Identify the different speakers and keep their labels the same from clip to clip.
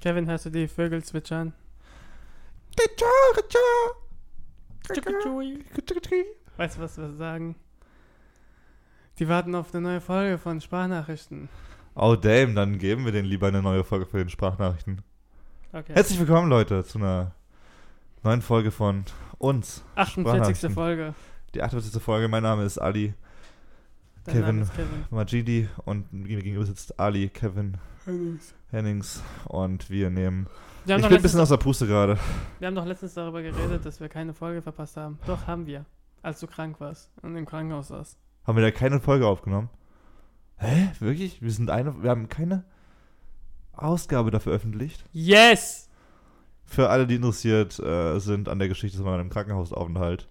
Speaker 1: Kevin, hörst du die Vögel zwitschern? Weißt du, was wir sagen? Die warten auf eine neue Folge von Sprachnachrichten.
Speaker 2: Oh damn, dann geben wir denen lieber eine neue Folge für den Sprachnachrichten.
Speaker 1: Okay.
Speaker 2: Herzlich willkommen, Leute, zu einer neuen Folge von uns.
Speaker 1: 48.
Speaker 2: Sprachnachrichten.
Speaker 1: Folge.
Speaker 2: Die 48. Folge. Mein Name ist Ali
Speaker 1: Dein
Speaker 2: Kevin.
Speaker 1: Name ist Kevin.
Speaker 2: Majidi und mir gegenüber sitzt Ali, Kevin Hennings und wir nehmen.
Speaker 1: Wir haben,
Speaker 2: ich
Speaker 1: doch
Speaker 2: bin ein bisschen
Speaker 1: letztens,
Speaker 2: aus der Puste gerade.
Speaker 1: wir haben doch letztens darüber geredet, dass wir keine Folge verpasst haben. Doch, haben wir. Als du krank warst und im Krankenhaus saßt.
Speaker 2: Haben wir da keine Folge aufgenommen? Hä? Wirklich? Wir sind eine. Wir haben keine Ausgabe dafür veröffentlicht.
Speaker 1: Yes!
Speaker 2: Für alle, die interessiert äh, sind an der Geschichte von meinem Krankenhausaufenthalt.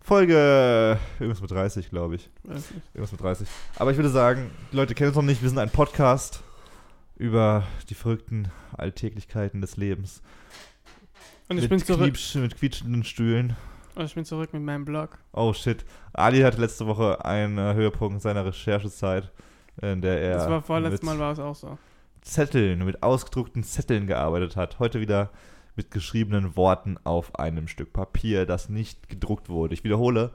Speaker 2: Folge irgendwas mit 30, glaube ich.
Speaker 1: Weiß nicht.
Speaker 2: Irgendwas mit 30. Aber ich würde sagen, die Leute kennen uns noch nicht. Wir sind ein Podcast über die verrückten Alltäglichkeiten des Lebens.
Speaker 1: Und ich,
Speaker 2: mit,
Speaker 1: bin zurück,
Speaker 2: Kniepsch, mit quietschenden Stühlen.
Speaker 1: und ich bin zurück mit meinem Blog.
Speaker 2: Oh shit. Ali hatte letzte Woche einen äh, Höhepunkt seiner Recherchezeit, in der er
Speaker 1: das war vorletztes Mal
Speaker 2: mit
Speaker 1: war es auch so.
Speaker 2: Zetteln, mit ausgedruckten Zetteln gearbeitet hat. Heute wieder mit geschriebenen Worten auf einem Stück Papier, das nicht gedruckt wurde. Ich wiederhole,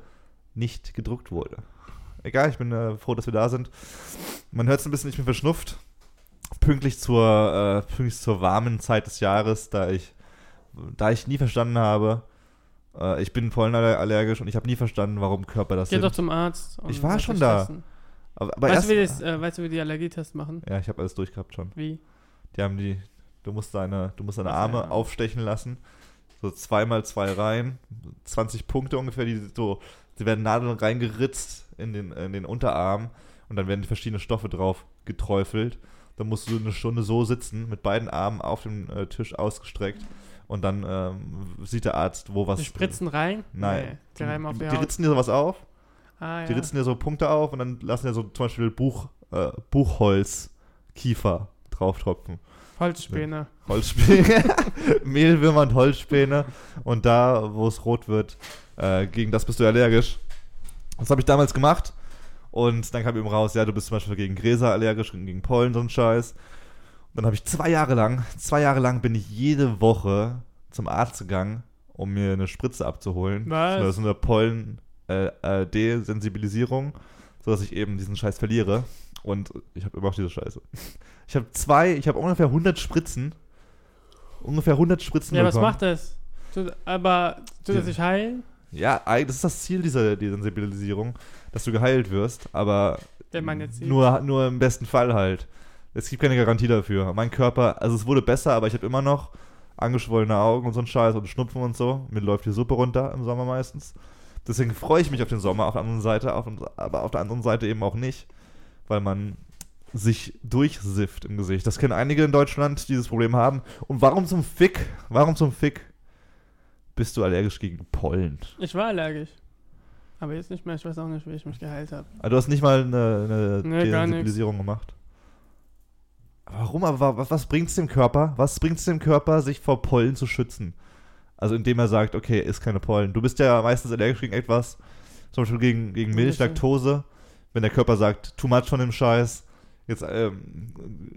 Speaker 2: nicht gedruckt wurde. Egal, ich bin äh, froh, dass wir da sind. Man hört es ein bisschen, ich bin verschnupft. Pünktlich zur, äh, pünktlich zur warmen Zeit des Jahres, da ich, da ich nie verstanden habe, äh, ich bin Pollenallergisch allergisch und ich habe nie verstanden, warum Körper das
Speaker 1: Geh doch
Speaker 2: sind.
Speaker 1: zum Arzt. und
Speaker 2: Ich war
Speaker 1: lass
Speaker 2: schon
Speaker 1: dich
Speaker 2: da.
Speaker 1: testen.
Speaker 2: Aber, aber
Speaker 1: Weißt du, wie
Speaker 2: erst,
Speaker 1: das, äh, weißt du, wie die Allergietest machen?
Speaker 2: ja, ich habe alles durchgehabt schon.
Speaker 1: Wie?
Speaker 2: Die haben die, du musst deine, du musst deine
Speaker 1: Was
Speaker 2: Arme
Speaker 1: denn?
Speaker 2: aufstechen lassen. So zweimal zwei Reihen, 20 Punkte ungefähr, die so, die werden Nadeln reingeritzt in den, in den Unterarm und dann werden verschiedene Stoffe drauf geträufelt. Dann musst du eine Stunde so sitzen, mit beiden Armen auf dem äh, Tisch ausgestreckt und dann ähm, sieht der Arzt, wo was.
Speaker 1: die Spritzen rein?
Speaker 2: Nein.
Speaker 1: Nee, die reiben auf
Speaker 2: die,
Speaker 1: die,
Speaker 2: die
Speaker 1: Haut.
Speaker 2: ritzen dir sowas auf
Speaker 1: ah, ja.
Speaker 2: die ritzen ja so Punkte auf und dann lassen ja so zum Beispiel Buch, äh, Buchholz, Kiefer drauftropfen.
Speaker 1: Holzspäne.
Speaker 2: Holzspäne, Mehlwürmer und Holzspäne. Und da, wo es rot wird, äh, gegen das bist du allergisch. Das habe ich damals gemacht. Und dann kam eben raus, ja, du bist zum Beispiel gegen Gräser allergisch und gegen Pollen, so ein Scheiß. Und dann habe ich zwei Jahre lang, zwei Jahre lang bin ich jede Woche zum Arzt gegangen, um mir eine Spritze abzuholen.
Speaker 1: Was?
Speaker 2: Das ist eine äh, Pollen-Desensibilisierung, sodass ich eben diesen Scheiß verliere. Und ich habe immer noch diese Scheiße. Ich habe zwei, ich habe ungefähr 100 Spritzen. Ungefähr 100 Spritzen
Speaker 1: Ja, was
Speaker 2: bekommen.
Speaker 1: macht das? Tut, aber tut das
Speaker 2: Die-
Speaker 1: sich heilen?
Speaker 2: Ja, eigentlich- das ist das Ziel dieser Desensibilisierung, dass du geheilt wirst, aber
Speaker 1: Der Mann jetzt sieht.
Speaker 2: nur, nur im besten Fall halt. Es gibt keine Garantie dafür. Mein Körper, also es wurde besser, aber ich habe immer noch angeschwollene Augen und so ein Scheiß und Schnupfen und so. Mir läuft die Suppe runter im Sommer meistens. Deswegen freue ich mich auf den Sommer auf der anderen Seite, auf, aber auf der anderen Seite eben auch nicht, weil man sich durchsifft im Gesicht. Das kennen einige in Deutschland, die dieses Problem haben. Und warum zum Fick, warum zum Fick bist du allergisch gegen Pollen?
Speaker 1: Ich war allergisch. Aber jetzt nicht mehr. Ich weiß auch nicht, wie ich mich geheilt habe.
Speaker 2: Ah, du hast nicht mal eine, eine
Speaker 1: Nee, gar
Speaker 2: Desensibilisierung gemacht. Warum? Aber wa- was, was bringt es dem Körper? Was bringt es dem Körper, sich vor Pollen zu schützen? Also indem er sagt, okay, ist keine Pollen. Du bist ja meistens allergisch gegen etwas, zum Beispiel gegen, gegen Milch,
Speaker 1: Bisschen.
Speaker 2: Laktose. Wenn der Körper sagt, too much von dem Scheiß, jetzt ähm,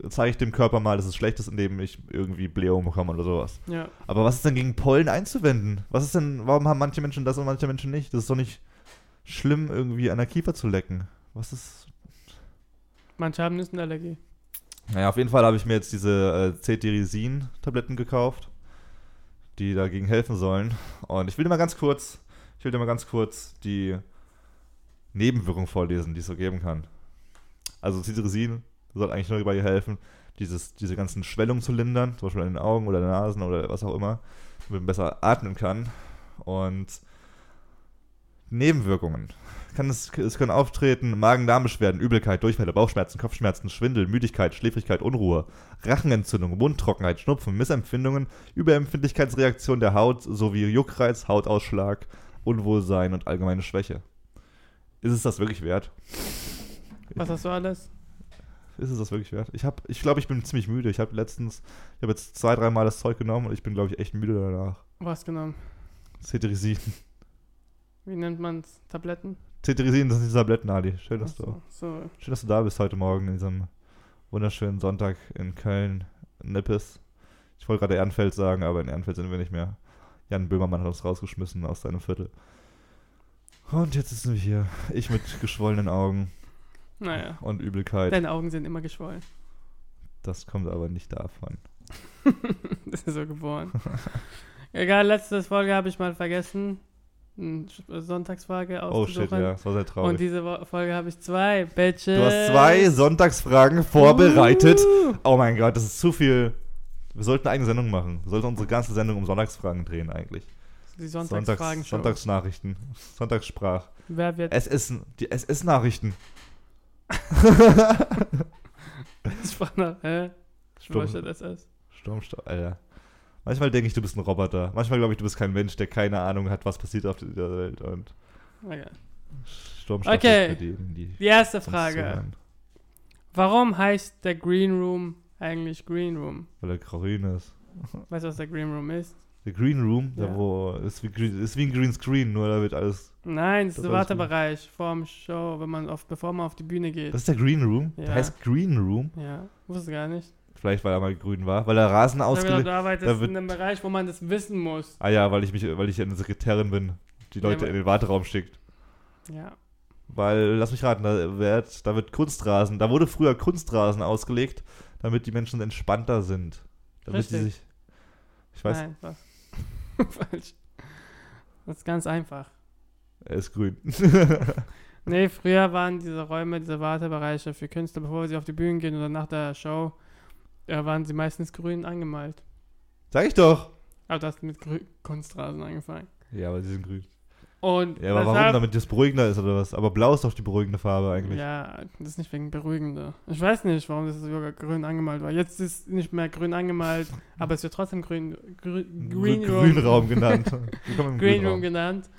Speaker 2: zeige ich dem Körper mal, dass es schlecht ist, indem ich irgendwie Blähung bekomme oder sowas.
Speaker 1: Ja.
Speaker 2: Aber was ist denn gegen Pollen einzuwenden? Was ist denn, warum haben manche Menschen das und manche Menschen nicht? Das ist doch nicht schlimm, irgendwie an der Kiefer zu lecken. Was ist.
Speaker 1: Manche haben Nüssenallergie.
Speaker 2: Naja, auf jeden Fall habe ich mir jetzt diese äh, Cetirizin-Tabletten gekauft, die dagegen helfen sollen. Und ich will dir mal ganz kurz, ich will dir mal ganz kurz die Nebenwirkung vorlesen, die es so geben kann. Also Cetirizin soll eigentlich nur dabei helfen, dieses, diese ganzen Schwellungen zu lindern, zum Beispiel an den Augen oder Nasen oder was auch immer, damit man besser atmen kann. Und Nebenwirkungen. Kann es, es können auftreten Magen-Darm-Beschwerden, Übelkeit, Durchfälle, Bauchschmerzen, Kopfschmerzen, Schwindel, Müdigkeit, Schläfrigkeit, Unruhe, Rachenentzündung, Mundtrockenheit, Schnupfen, Missempfindungen, Überempfindlichkeitsreaktion der Haut sowie Juckreiz, Hautausschlag, Unwohlsein und allgemeine Schwäche. Ist es das wirklich wert?
Speaker 1: Was hast du alles?
Speaker 2: Ist es das wirklich wert? Ich habe, ich glaube, ich bin ziemlich müde. Ich habe letztens, ich habe jetzt zwei, dreimal das Zeug genommen und ich bin, glaube ich, echt müde danach.
Speaker 1: Was genommen?
Speaker 2: Cetirizin.
Speaker 1: Wie nennt man's? Tabletten?
Speaker 2: Cetirizin, das sind diese Tabletten, Ali. Schön, dass du,
Speaker 1: Achso, so.
Speaker 2: schön, dass du da bist heute Morgen in diesem wunderschönen Sonntag in Köln, Nippes. Ich wollte gerade Ehrenfeld sagen, aber in Ehrenfeld sind wir nicht mehr. Jan Böhmermann hat uns rausgeschmissen aus seinem Viertel. Und jetzt sitzen wir hier. Ich mit geschwollenen Augen
Speaker 1: Naja.
Speaker 2: und Übelkeit.
Speaker 1: Deine Augen sind immer geschwollen.
Speaker 2: Das kommt aber nicht davon.
Speaker 1: Das ist so geboren. Egal, letzte Folge habe ich mal vergessen. eine Sonntagsfrage
Speaker 2: Oh shit,
Speaker 1: auszusuchen.
Speaker 2: ja, das war sehr
Speaker 1: Und
Speaker 2: traurig.
Speaker 1: diese Wo- Folge habe ich zwei, Bitches.
Speaker 2: Du hast zwei Sonntagsfragen vorbereitet.
Speaker 1: Uh.
Speaker 2: Oh mein Gott, das ist zu viel. Wir sollten eine eigene Sendung machen. Wir sollten unsere ganze Sendung um Sonntagsfragen drehen eigentlich.
Speaker 1: Die Sonntagsfragen
Speaker 2: Sonntags,
Speaker 1: schon.
Speaker 2: Sonntagsnachrichten. Sonntagssprach.
Speaker 1: Wer wird
Speaker 2: SS, die SS-Nachrichten.
Speaker 1: Spanner? Hä?
Speaker 2: Sturm,
Speaker 1: Was steht SS?
Speaker 2: Sturmstau, Alter. Manchmal denke ich, du bist ein Roboter. Manchmal glaube ich, du bist kein Mensch, der keine Ahnung hat, was passiert auf dieser Welt. Und
Speaker 1: Okay.
Speaker 2: Sturmstau
Speaker 1: Okay.
Speaker 2: für diejenigen, die
Speaker 1: Die erste
Speaker 2: uns
Speaker 1: Frage.
Speaker 2: zuhören,
Speaker 1: Warum heißt der Green Room eigentlich Green Room?
Speaker 2: Weil er grün ist.
Speaker 1: Weißt du, was der Green Room ist?
Speaker 2: Der Green Room, da
Speaker 1: Ja.
Speaker 2: wo ist wie, grün, ist wie ein Greenscreen, nur da wird alles.
Speaker 1: Nein, das ist
Speaker 2: Das
Speaker 1: der
Speaker 2: weiß ich
Speaker 1: Wartebereich vorm Show, wenn man auf, bevor man auf die Bühne geht.
Speaker 2: Das ist der Green Room.
Speaker 1: Ja.
Speaker 2: Der heißt Green Room.
Speaker 1: ja, wusste gar nicht.
Speaker 2: Vielleicht weil er mal grün war, weil der Rasen
Speaker 1: Ich hab gedacht,
Speaker 2: ausgelegt.
Speaker 1: du arbeitest
Speaker 2: da wird-
Speaker 1: in einem Bereich, wo man das wissen muss.
Speaker 2: Ah ja, weil ich mich, weil ich eine Sekretärin bin, die
Speaker 1: Ja,
Speaker 2: Leute
Speaker 1: aber-
Speaker 2: in den Warteraum schickt.
Speaker 1: Ja.
Speaker 2: Weil, lass mich raten, da wird, da wird Kunstrasen, da wurde früher Kunstrasen ausgelegt, damit die Menschen entspannter sind. Damit die
Speaker 1: Richtig.
Speaker 2: sich. Ich weiß,
Speaker 1: Nein, was? Falsch. Das ist ganz einfach.
Speaker 2: er ist grün.
Speaker 1: Nee, früher waren diese Räume, diese Wartebereiche für Künstler, bevor sie auf die Bühne gehen oder nach der Show, äh, waren sie meistens grün angemalt.
Speaker 2: Sag ich doch.
Speaker 1: Aber das hat mit grü Kunstrasen angefangen.
Speaker 2: Ja, aber sie sind grün.
Speaker 1: Und
Speaker 2: Ja, aber warum? Damit das beruhigender ist oder was? Aber blau ist doch die beruhigende Farbe eigentlich.
Speaker 1: Ja, das ist nicht wegen beruhigender. Ich weiß nicht, warum das sogar grün angemalt war. Jetzt ist nicht mehr grün angemalt, aber es wird trotzdem grün, grü Green, Room,
Speaker 2: Grünraum genannt. Willkommen im
Speaker 1: Green Room
Speaker 2: Grünraum.
Speaker 1: genannt.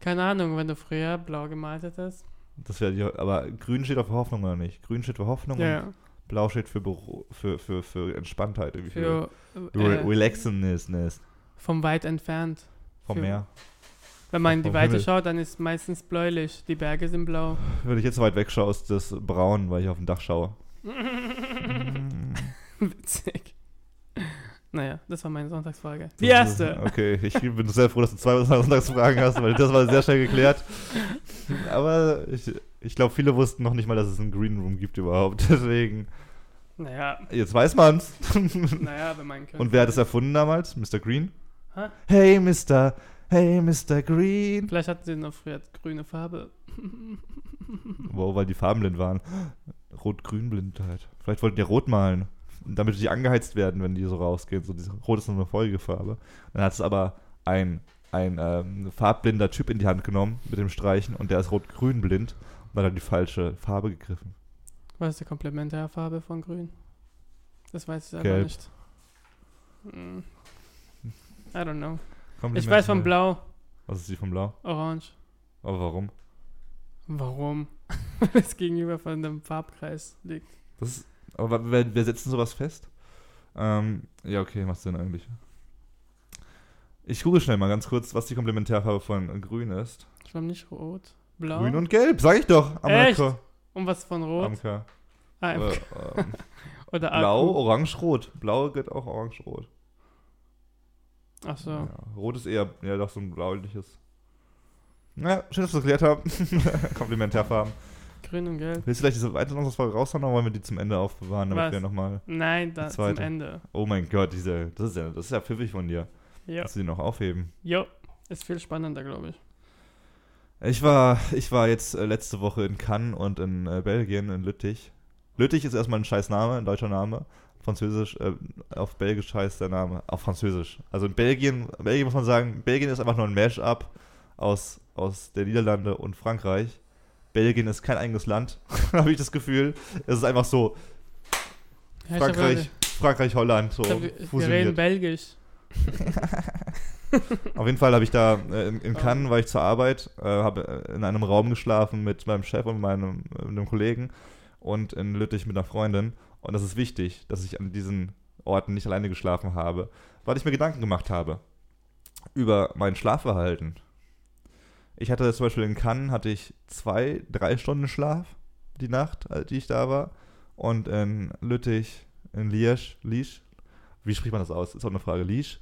Speaker 1: Keine Ahnung, wenn du früher blau gemalt hättest.
Speaker 2: Das wär die, aber grün steht auf Hoffnung oder nicht? Grün steht für Hoffnung
Speaker 1: Ja,
Speaker 2: und
Speaker 1: ja.
Speaker 2: blau steht für, Beru für, für, für Entspanntheit. Irgendwie für,
Speaker 1: Für,
Speaker 2: Re
Speaker 1: äh,
Speaker 2: Relaxedness
Speaker 1: vom weit entfernt.
Speaker 2: vom
Speaker 1: für-
Speaker 2: Meer.
Speaker 1: Wenn man in die
Speaker 2: Vom
Speaker 1: Weite
Speaker 2: Himmel.
Speaker 1: schaut, dann ist meistens bläulich. Die Berge sind blau.
Speaker 2: Wenn ich jetzt so weit wegschaue, ist das braun, weil ich auf dem Dach schaue. Mm.
Speaker 1: Witzig. Naja, das war meine Sonntagsfolge. Die
Speaker 2: Das ist-
Speaker 1: erste.
Speaker 2: Okay, ich bin sehr froh, dass du zwei Sonntagsfragen hast, weil das war sehr schnell geklärt. Aber ich, ich glaube, viele wussten noch nicht mal, dass es einen Green Room gibt überhaupt. Deswegen,
Speaker 1: Naja,
Speaker 2: jetzt weiß man's.
Speaker 1: naja, wenn man könnte.
Speaker 2: Und wer hat es erfunden damals? Mr. Green?
Speaker 1: Hä?
Speaker 2: Hey, Mr. Hey, Mr. Green.
Speaker 1: Vielleicht hatten sie noch früher grüne Farbe.
Speaker 2: Wow, weil die farbenblind waren. Rot-Grün-Blindheit. Vielleicht wollten die rot malen, damit die angeheizt werden, wenn die so rausgehen. So diese, rot ist nur eine Folgefarbe. Dann hat es aber ein, ein ähm, farbblinder Typ in die Hand genommen mit dem Streichen und der ist rot-grün-blind und hat dann die falsche Farbe gegriffen.
Speaker 1: Was ist die Komplementärfarbe von grün? Das weiß ich aber
Speaker 2: Gelb.
Speaker 1: nicht. Hm. I don't know.
Speaker 2: Kompliment
Speaker 1: Ich weiß von
Speaker 2: hier.
Speaker 1: blau,
Speaker 2: Was ist die von blau?
Speaker 1: orange.
Speaker 2: Aber warum?
Speaker 1: Warum? Weil es gegenüber von einem Farbkreis liegt.
Speaker 2: Das ist, aber wa- wer, wer setzt denn sowas fest? Ähm, ja, okay, macht Sinn eigentlich. Ich google schnell mal ganz kurz, was die Komplementärfarbe von Grün ist.
Speaker 1: Ich glaube nicht rot. Blau.
Speaker 2: Grün und Gelb, sag ich doch.
Speaker 1: Echt?
Speaker 2: Amaka.
Speaker 1: Und was von rot?
Speaker 2: Amka.
Speaker 1: ah,
Speaker 2: Äh,
Speaker 1: im-
Speaker 2: ähm,
Speaker 1: oder
Speaker 2: blau,
Speaker 1: Akku.
Speaker 2: orange-rot. Blau geht auch orange-rot.
Speaker 1: Ach so.
Speaker 2: Ja, rot ist eher, ja doch, so ein blauliches. Na, schön, dass wir das geklärt haben. Komplementärfarben.
Speaker 1: Grün und gelb.
Speaker 2: Willst du vielleicht diese weitere Auswahl raushauen oder wollen wir die zum Ende aufbewahren, damit
Speaker 1: Was?
Speaker 2: wir nochmal...
Speaker 1: Nein, da
Speaker 2: Die
Speaker 1: zum
Speaker 2: zweite.
Speaker 1: Ende.
Speaker 2: Oh mein Gott, diese, das, ist ja, das ist ja pfiffig von dir,
Speaker 1: Jo.
Speaker 2: dass wir die noch aufheben.
Speaker 1: jo. Ist viel spannender, glaube ich.
Speaker 2: Ich war, ich war jetzt äh, letzte Woche in Cannes und in äh, Belgien, in Lüttich. Lüttich ist erstmal ein scheiß Name, ein deutscher Name. Französisch, äh, auf Belgisch heißt der Name, auf Französisch. Also in Belgien, in Belgien muss man sagen, Belgien ist einfach nur ein Mash-up aus, aus der Niederlande und Frankreich. Belgien ist kein eigenes Land, habe ich das Gefühl. Es ist einfach so,
Speaker 1: Ja, ich hab
Speaker 2: Frankreich, Frankich, Holland, so
Speaker 1: gerade- Ich hab, wir reden
Speaker 2: fusioniert.
Speaker 1: Belgisch.
Speaker 2: Auf jeden Fall habe ich da äh, in, in Cannes, war ich zur Arbeit, äh, habe äh, in einem Raum geschlafen mit meinem Chef und meinem äh, mit einem Kollegen und in Lüttich mit einer Freundin. Und das ist wichtig, dass ich an diesen Orten nicht alleine geschlafen habe, weil ich mir Gedanken gemacht habe über mein Schlafverhalten. Ich hatte zum Beispiel in Cannes hatte ich zwei, drei Stunden Schlaf die Nacht, äh, die ich da war. Und in Lüttich, in Liesch, Liesch Wie spricht man das aus? Ist auch eine Frage. Liege?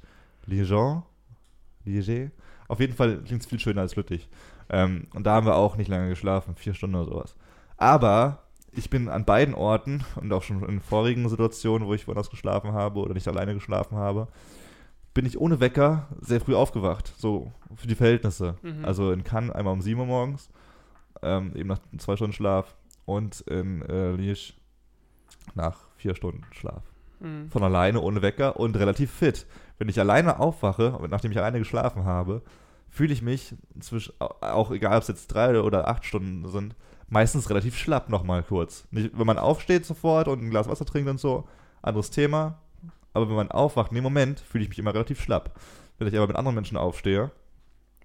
Speaker 2: Liegeon? Liege? Auf jeden Fall klingt es viel schöner als Lüttich. Ähm, und da haben wir auch nicht lange geschlafen, vier Stunden oder sowas. Aber ich bin an beiden Orten und auch schon in vorigen Situationen, wo ich woanders geschlafen habe oder nicht alleine geschlafen habe, bin ich ohne Wecker sehr früh aufgewacht, so für die Verhältnisse.
Speaker 1: Mhm.
Speaker 2: Also in Cannes einmal um 7 Uhr morgens, ähm, eben nach zwei Stunden Schlaf und in äh, Liege nach vier Stunden Schlaf.
Speaker 1: Mhm.
Speaker 2: Von alleine, ohne Wecker und relativ fit. Wenn ich alleine aufwache, nachdem ich alleine geschlafen habe, fühle ich mich, zwischen, auch egal ob es jetzt drei oder acht Stunden sind, meistens relativ schlapp nochmal kurz. Nicht, wenn man aufsteht sofort und ein Glas Wasser trinkt und so, anderes Thema. Aber wenn man aufwacht, in dem Moment fühle ich mich immer relativ schlapp. Wenn ich aber mit anderen Menschen aufstehe,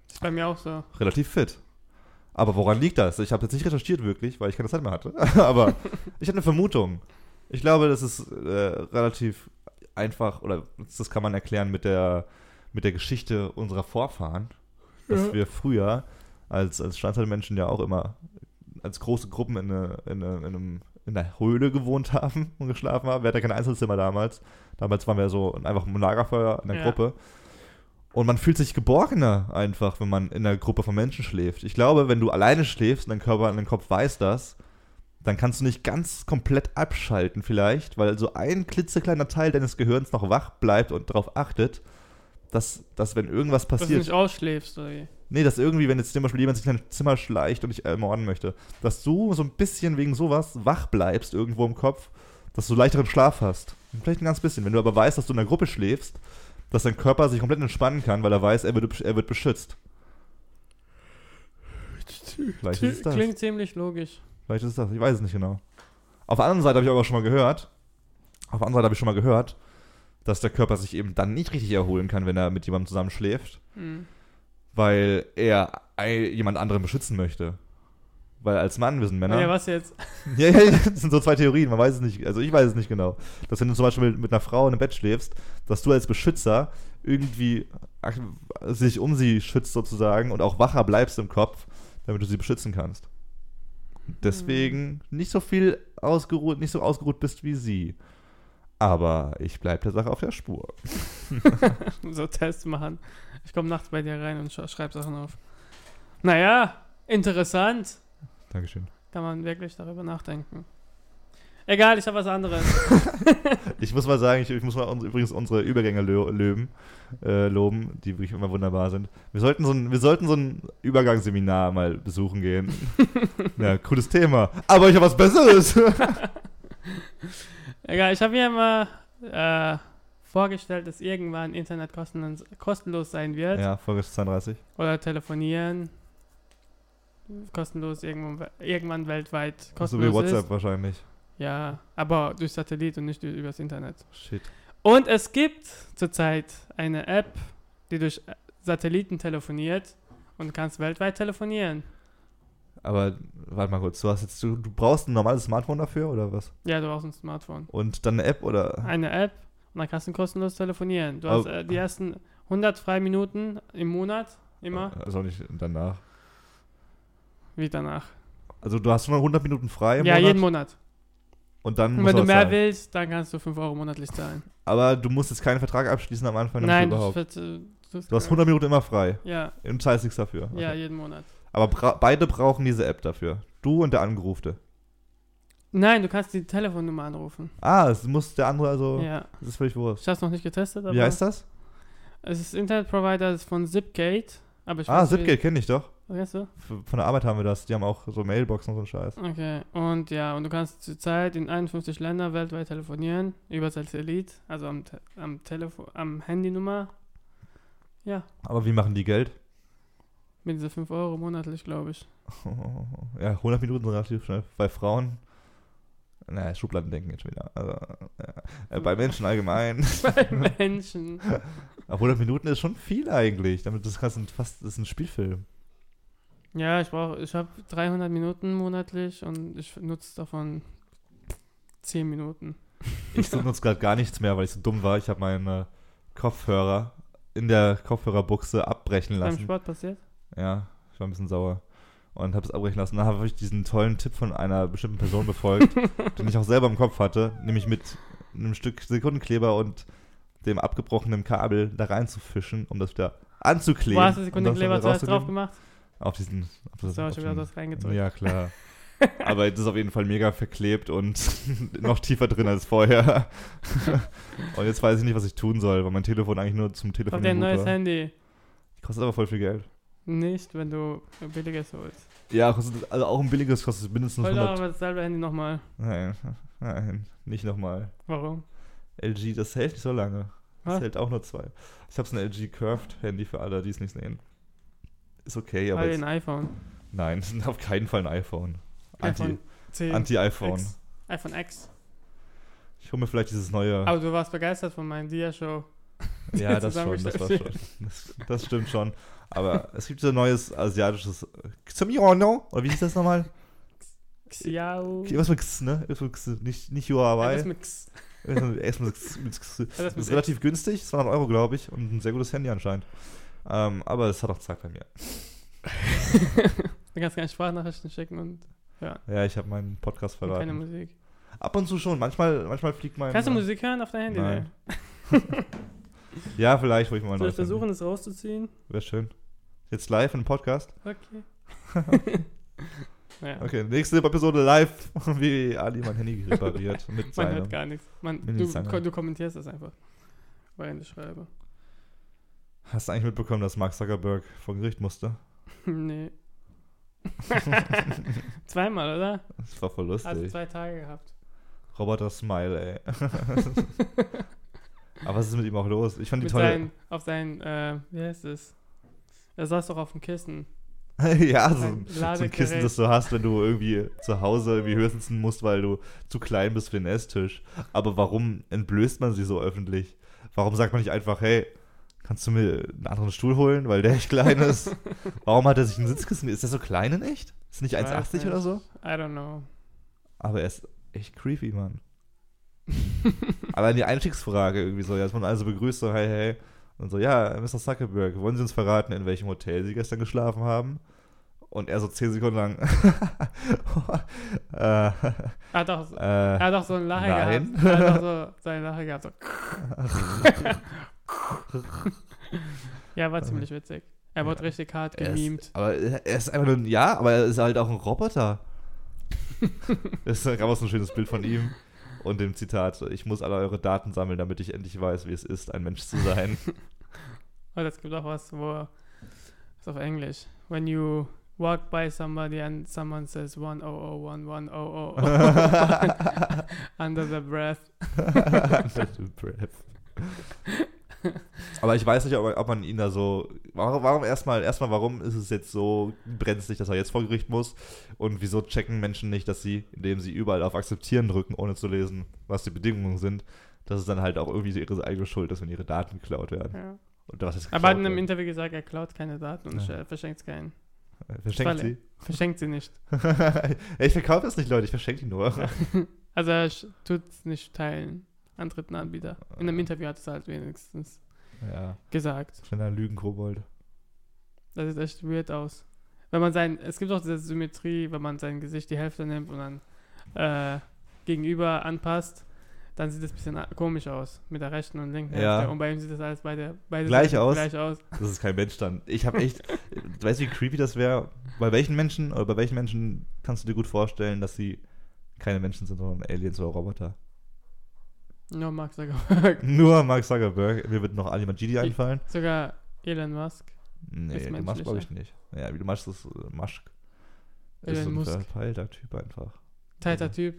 Speaker 1: Ist bei mir auch so.
Speaker 2: relativ fit. Aber woran liegt das? Ich habe jetzt nicht recherchiert wirklich, weil ich keine Zeit mehr hatte. Aber ich hatte eine Vermutung. Ich glaube, das ist äh, relativ einfach oder das kann man erklären mit der, mit der Geschichte unserer Vorfahren, dass
Speaker 1: Ja.
Speaker 2: wir früher als, als Steinzeitmenschen ja auch immer als große Gruppen in, eine, in, eine, in, einem, in einer Höhle gewohnt haben und geschlafen haben. Wir hatten ja kein Einzelzimmer damals. Damals waren wir so einfach im Lagerfeuer in der
Speaker 1: Ja.
Speaker 2: Gruppe. Und man fühlt sich geborgener einfach, wenn man in einer Gruppe von Menschen schläft. Ich glaube, wenn du alleine schläfst und dein Körper und dein Kopf weiß das, dann kannst du nicht ganz komplett abschalten vielleicht, weil so ein klitzekleiner Teil deines Gehirns noch wach bleibt und darauf achtet, dass, dass wenn irgendwas
Speaker 1: Dass du
Speaker 2: passiert,
Speaker 1: nicht ausschläfst. Oder wie?
Speaker 2: Nee, dass irgendwie, wenn jetzt zum Beispiel jemand sich in dein Zimmer schleicht und dich ermorden möchte, dass du so ein bisschen wegen sowas wach bleibst irgendwo im Kopf, dass du leichteren Schlaf hast. Vielleicht ein ganz bisschen. Wenn du aber weißt, dass du in der Gruppe schläfst, dass dein Körper sich komplett entspannen kann, weil er weiß, er wird, er wird beschützt. Vielleicht ist es das.
Speaker 1: Klingt ziemlich logisch.
Speaker 2: Vielleicht ist es das. Ich weiß es nicht genau. Auf der anderen Seite habe ich aber schon mal gehört, auf der anderen Seite habe ich schon mal gehört, dass der Körper sich eben dann nicht richtig erholen kann, wenn er mit jemandem zusammen schläft.
Speaker 1: Mhm.
Speaker 2: weil er ei- jemand anderen beschützen möchte. Weil als Mann, wir sind Männer.
Speaker 1: Ja, was jetzt?
Speaker 2: Ja, ja, ja, das sind so zwei Theorien, man weiß es nicht, also ich weiß es nicht genau. Dass wenn du zum Beispiel mit, mit einer Frau in einem Bett schläfst, dass du als Beschützer irgendwie ach, sich um sie schützt sozusagen und auch wacher bleibst im Kopf, damit du sie beschützen kannst. Deswegen nicht so viel ausgeruht, nicht so ausgeruht bist wie sie. Aber ich bleib der Sache auf der Spur.
Speaker 1: so Tests machen. Ich komme nachts bei dir rein und sch schreib Sachen auf. Naja, interessant.
Speaker 2: Dankeschön.
Speaker 1: Kann man wirklich darüber nachdenken. Egal, ich habe was anderes.
Speaker 2: Ich muss mal sagen, ich, ich muss mal uns, übrigens unsere Übergänge lö- löben, äh, loben, die wirklich immer wunderbar sind. Wir sollten so ein, wir sollten so ein Übergangsseminar mal besuchen gehen. ja, cooles Thema. Aber ich habe was Besseres.
Speaker 1: Egal, ich habe mir immer äh, vorgestellt, dass irgendwann Internet kostenlos, kostenlos sein wird.
Speaker 2: ja, Folge 32.
Speaker 1: Oder telefonieren. Kostenlos irgendwann, irgendwann weltweit
Speaker 2: So wie
Speaker 1: kostenlos
Speaker 2: WhatsApp
Speaker 1: ist.
Speaker 2: wahrscheinlich.
Speaker 1: Ja, aber durch Satellit und nicht ü- übers Internet.
Speaker 2: Shit.
Speaker 1: Und es gibt zurzeit eine App, die durch Satelliten telefoniert und du kannst weltweit telefonieren.
Speaker 2: Aber warte mal kurz, du hast jetzt, du, du brauchst ein normales Smartphone dafür oder was?
Speaker 1: Ja, du brauchst ein Smartphone.
Speaker 2: Und dann eine App oder?
Speaker 1: Eine App und dann kannst du kostenlos telefonieren. Du hast
Speaker 2: Oh.
Speaker 1: äh, die ersten 100 freie Minuten im Monat, immer,
Speaker 2: Also auch nicht danach.
Speaker 1: wie danach.
Speaker 2: Also du hast schon 100 Minuten frei im
Speaker 1: ja,
Speaker 2: Monat
Speaker 1: jeden Monat.
Speaker 2: und dann
Speaker 1: Und
Speaker 2: musst
Speaker 1: wenn du
Speaker 2: was
Speaker 1: mehr
Speaker 2: zahlen.
Speaker 1: willst, dann kannst du 5 Euro monatlich zahlen.
Speaker 2: Aber du musst jetzt keinen Vertrag abschließen am Anfang, damit
Speaker 1: Nein,
Speaker 2: du
Speaker 1: das
Speaker 2: überhaupt.
Speaker 1: wird, äh, das
Speaker 2: Du hast 100 Minuten immer frei.
Speaker 1: Ja,
Speaker 2: Und zahlst nichts dafür. Okay.
Speaker 1: ja, jeden Monat.
Speaker 2: Aber bra beide brauchen diese App dafür. Du und der Angerufte.
Speaker 1: Nein, du kannst die Telefonnummer anrufen.
Speaker 2: Ah, es muss der andere also.
Speaker 1: Ja.
Speaker 2: Das ist völlig Wurst.
Speaker 1: Ich habe es noch nicht getestet, aber
Speaker 2: Wie heißt das?
Speaker 1: es ist Internetprovider das ist von Zipgate. Aber ich
Speaker 2: Ah,
Speaker 1: weiß nicht, wie-
Speaker 2: Zipgate kenne ich doch.
Speaker 1: Weißt du?
Speaker 2: F- Von der Arbeit haben wir das. Die haben auch so Mailboxen und so einen Scheiß.
Speaker 1: Okay, und ja, und du kannst zurzeit in 51 Ländern weltweit telefonieren, über Satellit, also am, Te am Telefon, am Handynummer. Ja,
Speaker 2: Aber wie machen die Geld?
Speaker 1: mit diese 5 Euro monatlich, glaube ich.
Speaker 2: Ja, 100 Minuten sind relativ schnell. Bei Frauen. Naja, Schubladen denken jetzt schon wieder. Also, ja. Äh, Bei Menschen allgemein.
Speaker 1: Bei Menschen.
Speaker 2: Aber 100 Minuten ist schon viel eigentlich. Damit das kannst du fast. Das ist ein Spielfilm.
Speaker 1: Ja, ich brauche, ich habe 300 Minuten monatlich und ich nutze davon 10 Minuten.
Speaker 2: Ich nutze gerade gar nichts mehr, weil ich so dumm war. Ich habe meine Kopfhörer in der Kopfhörerbuchse abbrechen
Speaker 1: Beim
Speaker 2: lassen.
Speaker 1: Sport passiert?
Speaker 2: Ja, ich war ein bisschen sauer und habe es abbrechen lassen. Dann habe ich diesen tollen Tipp von einer bestimmten Person befolgt, den ich auch selber im Kopf hatte, nämlich mit einem Stück Sekundenkleber und dem abgebrochenen Kabel da reinzufischen, um das wieder anzukleben.
Speaker 1: Wo hast du
Speaker 2: um
Speaker 1: Sekunde
Speaker 2: das dann
Speaker 1: Kleber
Speaker 2: wieder
Speaker 1: zuerst drauf
Speaker 2: rauszugeben.
Speaker 1: gemacht?
Speaker 2: Auf diesen. Auf das,
Speaker 1: So,
Speaker 2: auf
Speaker 1: ich habe
Speaker 2: den,
Speaker 1: das reingedrückt.
Speaker 2: ja, klar. Aber das ist auf jeden Fall mega verklebt und noch tiefer drin als vorher. und jetzt weiß ich nicht, was ich tun soll, weil mein Telefon eigentlich nur zum
Speaker 1: Auf
Speaker 2: Telefon
Speaker 1: dein neues
Speaker 2: war.
Speaker 1: Handy.
Speaker 2: Kostet aber voll viel Geld.
Speaker 1: Nicht, wenn du billiges holst.
Speaker 2: Ja, kostet, also auch ein billiges kostet mindestens
Speaker 1: Hol doch
Speaker 2: 100.
Speaker 1: aber dasselbe Handy nochmal.
Speaker 2: Nein, nein, nicht nochmal.
Speaker 1: Warum?
Speaker 2: LG, das hält nicht so lange. Das
Speaker 1: Was?
Speaker 2: hält auch nur zwei. Ich habe so ein LG Curved Handy für alle, die es nicht sehen. Ist okay,
Speaker 1: Ja,
Speaker 2: aber
Speaker 1: Hol
Speaker 2: jetzt,
Speaker 1: ein iPhone.
Speaker 2: nein, auf keinen Fall ein iPhone. Anti-
Speaker 1: iPhone 10.
Speaker 2: Anti-iPhone.
Speaker 1: X. iPhone X.
Speaker 2: ich hole mir vielleicht dieses neue.
Speaker 1: Aber du warst begeistert von meinem Dia-Show.
Speaker 2: ja, das schon, das war
Speaker 1: zusammengestellt
Speaker 2: schon. Das, das stimmt schon. Aber es gibt so ein neues asiatisches Xamirono, oder wie hieß das nochmal?
Speaker 1: Xiao.
Speaker 2: Was mit X, ne? Irgendwas mit X, nicht, nicht
Speaker 1: Alles
Speaker 2: Huawei.
Speaker 1: mit X.
Speaker 2: Irgendwas mit X, mit X.
Speaker 1: Alles
Speaker 2: Das
Speaker 1: mit
Speaker 2: ist relativ günstig, 200 Euro, glaube ich, und ein sehr gutes Handy anscheinend. Ähm, aber es hat auch Zeit bei mir.
Speaker 1: Du kannst keine Sprachnachrichten schicken und
Speaker 2: Ja, ich habe meinen Podcast
Speaker 1: keine
Speaker 2: verraten.
Speaker 1: Musik.
Speaker 2: Ab und zu schon, manchmal, manchmal fliegt mein. äh,
Speaker 1: Kannst du Musik hören auf dein Handy?
Speaker 2: Nein.
Speaker 1: ne?
Speaker 2: Ja, vielleicht, wo ich
Speaker 1: Soll
Speaker 2: mal
Speaker 1: ich
Speaker 2: neues
Speaker 1: versuchen, das rauszuziehen?
Speaker 2: Wäre schön. Jetzt live im Podcast.
Speaker 1: Okay. naja,
Speaker 2: Okay, nächste Episode live, wie Ali mein Handy repariert. mit
Speaker 1: man
Speaker 2: seinem.
Speaker 1: hört gar nichts. Man,
Speaker 2: Mit
Speaker 1: du,
Speaker 2: den Zangen.
Speaker 1: ko- du kommentierst das einfach, während ich schreibe.
Speaker 2: Hast du eigentlich mitbekommen, dass Mark Zuckerberg vor Gericht musste?
Speaker 1: nee. Zweimal, oder?
Speaker 2: Das war voll lustig.
Speaker 1: Also zwei Tage gehabt.
Speaker 2: Roboter Smile, ey. Aber was ist mit ihm auch los? Ich fand die
Speaker 1: Mit
Speaker 2: tolle.
Speaker 1: seinen, auf seinen, äh, wie heißt es? Er saß doch auf dem Kissen.
Speaker 2: ja, so,
Speaker 1: sein
Speaker 2: so ein
Speaker 1: Ladegerät.
Speaker 2: Kissen, das du hast, wenn du irgendwie zu Hause irgendwie höher sitzen musst, weil du zu klein bist für den Esstisch. Aber warum entblößt man sie so öffentlich? Warum sagt man nicht einfach, hey, kannst du mir einen anderen Stuhl holen, weil der echt klein ist? warum hat er sich ein Sitzkissen? Ist der so klein in echt? Ist nicht
Speaker 1: Weiß
Speaker 2: 1,80 oder
Speaker 1: nicht.
Speaker 2: so?
Speaker 1: I don't know.
Speaker 2: Aber er ist echt creepy, Mann. Allein die Einstiegsfrage irgendwie so, ja, dass man also begrüßt, so, hey, hey. Und so, ja, Mr. Zuckerberg, wollen Sie uns verraten, in welchem Hotel Sie gestern geschlafen haben? Und er so zehn Sekunden lang. äh,
Speaker 1: Er hat doch,
Speaker 2: äh,
Speaker 1: er hat doch so ein Lache
Speaker 2: Nein.
Speaker 1: gehabt. Er hat doch so seine Lache gehabt. So. ja, war ziemlich witzig. Er wurde richtig hart
Speaker 2: er
Speaker 1: gemimt.
Speaker 2: ist, aber er ist einfach nur ein Ja, aber er ist halt auch ein Roboter. das gab auch so ein schönes Bild von ihm und dem Zitat: so, Ich muss alle eure Daten sammeln, damit ich endlich weiß, wie es ist, ein Mensch zu sein.
Speaker 1: Und es Oh, gibt auch was, wo ist auf Englisch. When you walk by somebody and someone says 1001 1000 under the breath.
Speaker 2: Breath. Aber ich weiß nicht, ob, ob man ihn da so. Warum, warum erstmal, erstmal, warum ist es jetzt so brenzlig, dass er jetzt vor Gericht muss? Und wieso checken Menschen nicht, dass sie, indem sie überall auf Akzeptieren drücken, ohne zu lesen, was die Bedingungen sind, dass es dann halt auch irgendwie ihre eigene Schuld ist, wenn ihre Daten geklaut werden?
Speaker 1: Ja.
Speaker 2: Oder was ist
Speaker 1: Aber er hat in einem Interview gesagt, er klaut keine Daten und
Speaker 2: Ja.
Speaker 1: äh, verschenkt keinen.
Speaker 2: Verschenkt sie?
Speaker 1: Verschenkt sie nicht.
Speaker 2: ich verkaufe das nicht, Leute, ich verschenke die nur.
Speaker 1: Also er tut es nicht teilen an dritten Anbieter. In einem Interview hat es halt wenigstens
Speaker 2: Ja,
Speaker 1: gesagt.
Speaker 2: kleiner Lügenkobold.
Speaker 1: Das sieht echt weird aus. Wenn man sein, es gibt auch diese Symmetrie, wenn man sein Gesicht die Hälfte nimmt und dann äh, gegenüber anpasst, dann sieht es ein bisschen a- komisch aus. Mit der rechten und linken
Speaker 2: Ja.
Speaker 1: Hälfte. Und bei ihm sieht das alles beide, beide
Speaker 2: Gleich
Speaker 1: Seiten
Speaker 2: aus?
Speaker 1: gleich aus.
Speaker 2: Das ist kein Mensch dann. Ich habe echt, weißt du, wie creepy das wäre? Bei welchen Menschen oder bei welchen Menschen kannst du dir gut vorstellen, dass sie keine Menschen sind, sondern Aliens oder Roboter?
Speaker 1: Nur Mark Zuckerberg.
Speaker 2: Nur Mark Zuckerberg. Mir wird noch Ali Majidi einfallen.
Speaker 1: Sogar Elon Musk.
Speaker 2: Nee,
Speaker 1: Ist
Speaker 2: du machst, glaube ich,
Speaker 1: menschlich,
Speaker 2: nicht. Ja, wie du machst, ist äh, Maschk. Ist so
Speaker 1: Elon
Speaker 2: ein
Speaker 1: Musk.
Speaker 2: verpeilter Typ einfach.
Speaker 1: Tighter
Speaker 2: Mhm.
Speaker 1: Typ.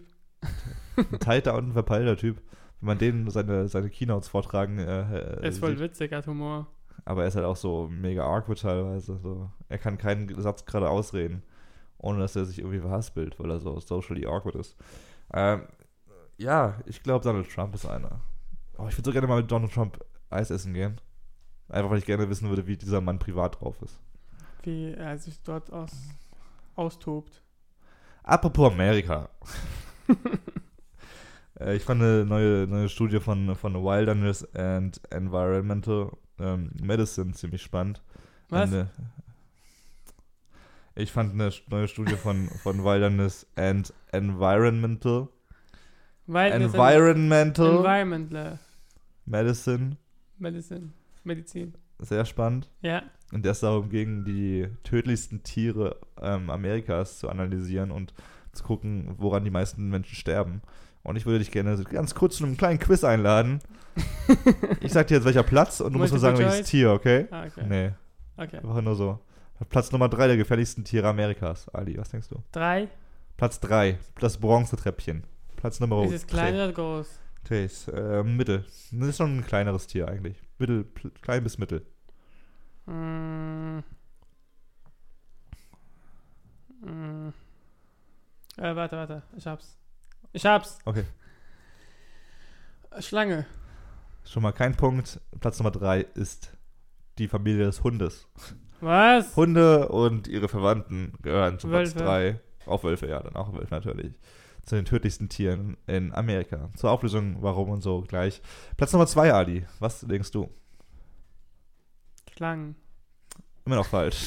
Speaker 2: Ein teilter und ein verpeilter Typ. Wenn man denen seine, seine Keynotes vortragen, äh, äh,
Speaker 1: ist voll
Speaker 2: sieht.
Speaker 1: witzig, hat Humor.
Speaker 2: aber er ist halt auch so mega awkward teilweise. So. Er kann keinen Satz gerade ausreden, ohne dass er sich irgendwie verhaspelt, weil er so socially awkward ist. Ähm, ja, ich glaube, Donald Trump ist einer. Oh, ich würde so gerne mal mit Donald Trump Eis essen gehen. Einfach, weil ich gerne wissen würde, wie dieser Mann privat drauf ist.
Speaker 1: Wie er sich dort aus, austobt.
Speaker 2: Apropos Amerika. Äh, ich fand eine neue, neue Studie von, von Wilderness and Environmental ähm, Medicine ziemlich spannend.
Speaker 1: Was?
Speaker 2: Eine, ich fand eine neue Studie von, von Wilderness and Environmental
Speaker 1: Weil das
Speaker 2: Environmental
Speaker 1: Environmentler.
Speaker 2: Medicine
Speaker 1: Medicine. Medizin.
Speaker 2: Sehr spannend.
Speaker 1: Ja,
Speaker 2: Und der es darum ging, die tödlichsten Tiere ähm, Amerikas zu analysieren und zu gucken, woran die meisten Menschen sterben. Und ich würde dich gerne so ganz kurz zu einem kleinen Quiz einladen. ich sag dir jetzt, welcher Platz und du musst mir sagen,
Speaker 1: Multiple
Speaker 2: welches
Speaker 1: choice?
Speaker 2: Tier, okay?
Speaker 1: ah, okay.
Speaker 2: Nee,
Speaker 1: okay.
Speaker 2: einfach nur so. Platz Nummer drei der gefährlichsten Tiere Amerikas. Ali, was denkst du?
Speaker 1: Drei.
Speaker 2: Platz drei das Bronzetreppchen. Platz Nummer
Speaker 1: Ist es klein
Speaker 2: drei.
Speaker 1: oder groß?
Speaker 2: Tres, äh, mittel. Das ist schon ein kleineres Tier eigentlich. Mittel, pl- klein bis mittel.
Speaker 1: Mm. Mm. Äh, warte, warte. Ich hab's. Ich hab's.
Speaker 2: Okay.
Speaker 1: Schlange.
Speaker 2: Schon mal kein Punkt. Platz Nummer drei ist die Familie des Hundes.
Speaker 1: Was?
Speaker 2: Hunde und ihre Verwandten gehören zu Platz
Speaker 1: Wölfe.
Speaker 2: drei Auch Wölfe, ja, dann auch Wölfe natürlich. Zu den tödlichsten Tieren in Amerika. Zur Auflösung, warum und so gleich. Platz Nummer zwei Ali. Was denkst du?
Speaker 1: Schlangen.
Speaker 2: Immer noch falsch.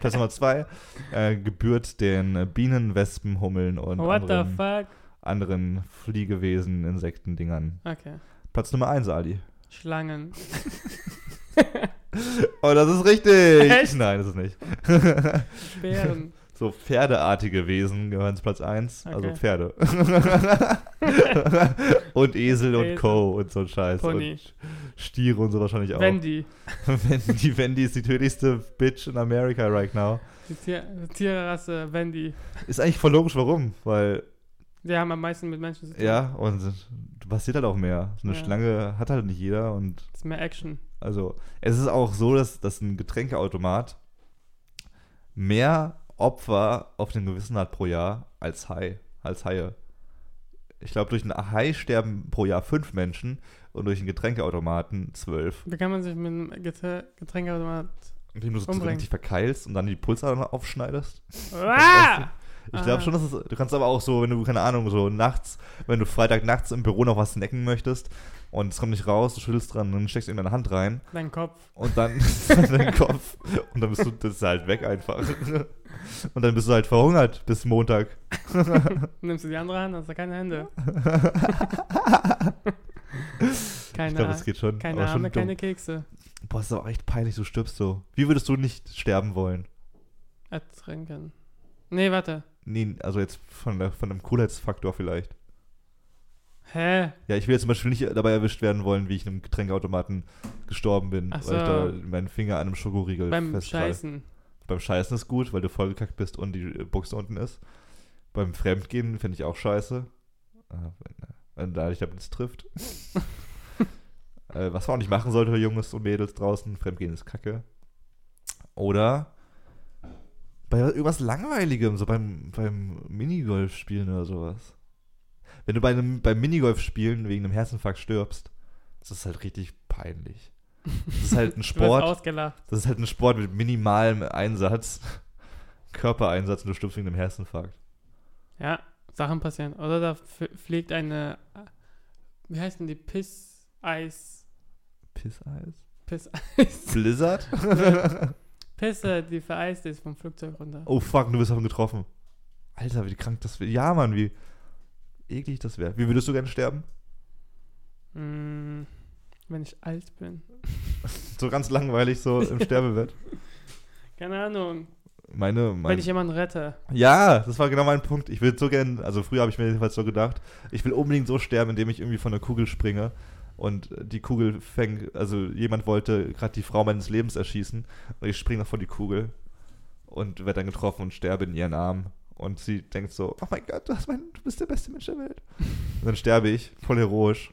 Speaker 2: Platz Nummer zwei äh, gebührt den Bienen, Wespen, Hummeln und
Speaker 1: What the
Speaker 2: anderen,
Speaker 1: fuck?
Speaker 2: anderen Fliegewesen, Insektendingern.
Speaker 1: Okay.
Speaker 2: Platz Nummer eins Ali.
Speaker 1: Schlangen.
Speaker 2: Oh, das ist richtig.
Speaker 1: Echt?
Speaker 2: Nein, das ist nicht.
Speaker 1: Bären.
Speaker 2: so pferdeartige Wesen gehören zu Platz 1, also
Speaker 1: Okay.
Speaker 2: Pferde. und Esel und
Speaker 1: Esel.
Speaker 2: Co. und so ein Scheiß.
Speaker 1: Pony.
Speaker 2: Und Stiere und so wahrscheinlich auch.
Speaker 1: Wendy.
Speaker 2: Wendy, Wendy ist die tödlichste Bitch in America right now.
Speaker 1: Die Tier Tierrasse Wendy.
Speaker 2: Ist eigentlich voll logisch, warum? Weil,
Speaker 1: Die haben am meisten mit Menschen zu tun.
Speaker 2: ja, und passiert halt auch mehr. So eine
Speaker 1: Ja.
Speaker 2: Schlange hat halt nicht jeder und
Speaker 1: Das ist mehr Action.
Speaker 2: Also, es ist auch so, dass, dass ein Getränkeautomat mehr Opfer auf dem Gewissen hat pro Jahr als Hai, als Haie. Ich glaube, durch einen Hai sterben pro Jahr fünf Menschen und durch einen Getränkeautomaten zwölf.
Speaker 1: Wie kann man sich mit einem Geträ- Getränkeautomat.
Speaker 2: Indem du so
Speaker 1: Umbringen.
Speaker 2: richtig verkeilst und dann die Pulsadern aufschneidest.
Speaker 1: Ah!
Speaker 2: Ich glaube
Speaker 1: Ah.
Speaker 2: schon, dass es, du kannst aber auch so, wenn du, keine Ahnung, so nachts, wenn du Freitag nachts im Büro noch was snacken möchtest und es kommt nicht raus, du schüttelst dran und dann steckst du in deine Hand rein
Speaker 1: Dein Kopf.
Speaker 2: Und dann ist dann dein Kopf. Und dann bist du das ist halt weg einfach. Und dann bist du halt verhungert bis Montag.
Speaker 1: Nimmst du die andere Hand, hast du keine Hände. Keine,
Speaker 2: ich glaube, das geht schon.
Speaker 1: keine
Speaker 2: aber schon
Speaker 1: Arme,
Speaker 2: dumm.
Speaker 1: keine Kekse.
Speaker 2: Boah, ist doch echt peinlich, du stirbst so. Wie würdest du nicht sterben wollen?
Speaker 1: Ertrinken. Nee, warte.
Speaker 2: Nee, also jetzt von, der, von einem Coolheitsfaktor vielleicht.
Speaker 1: Hä?
Speaker 2: Ja, ich will jetzt zum Beispiel nicht dabei erwischt werden wollen, wie ich in einem Getränkeautomaten gestorben bin,
Speaker 1: Ach
Speaker 2: weil ich da
Speaker 1: so.
Speaker 2: meinen Finger an einem Schokoriegel
Speaker 1: Beim
Speaker 2: festkrall.
Speaker 1: Scheißen.
Speaker 2: Beim Scheißen ist gut, weil du vollgekackt bist und die Buchse unten ist. Beim Fremdgehen finde ich auch scheiße. Äh, Wenn, äh, dadurch, damit es trifft. äh, was man auch nicht machen sollte, Jungs und Mädels draußen, Fremdgehen ist kacke. Oder bei irgendwas Langweiligem, so beim, beim Minigolf spielen oder sowas. Wenn du bei einem, beim Minigolf spielen wegen einem Herzinfarkt stirbst, das ist halt richtig peinlich. Das ist halt ein
Speaker 1: Du wirst
Speaker 2: Sport.
Speaker 1: ausgelacht.
Speaker 2: Das ist halt ein Sport mit minimalem Einsatz, Körpereinsatz und du stirbst wegen einem Herzinfarkt.
Speaker 1: Ja, Sachen passieren. Oder da f- fliegt eine. Wie heißt denn die? Piss. Eis.
Speaker 2: Pisseis?
Speaker 1: Piss. Eis.
Speaker 2: Blizzard?
Speaker 1: Pisse, die vereist ist vom Flugzeug runter.
Speaker 2: oh fuck, du bist davon getroffen. Alter, wie krank das wäre. Ja, Mann, wie eklig das wäre. Wie würdest du gerne sterben?
Speaker 1: Mm, wenn ich alt bin.
Speaker 2: So ganz langweilig, so im Sterbebett.
Speaker 1: Keine Ahnung.
Speaker 2: Meine,
Speaker 1: Wenn
Speaker 2: meine.
Speaker 1: ich jemanden rette.
Speaker 2: Ja, das war genau mein Punkt. Ich will so gerne, also früher habe ich mir jedenfalls so gedacht, ich will unbedingt so sterben, indem ich irgendwie von einer Kugel springe und die Kugel fängt, also jemand wollte gerade die Frau meines Lebens erschießen und ich springe noch vor die Kugel und werde dann getroffen und sterbe in ihren Armen. Und sie denkt so, oh mein Gott, du, hast mein, du bist der beste Mensch der Welt. Und dann sterbe ich, voll heroisch.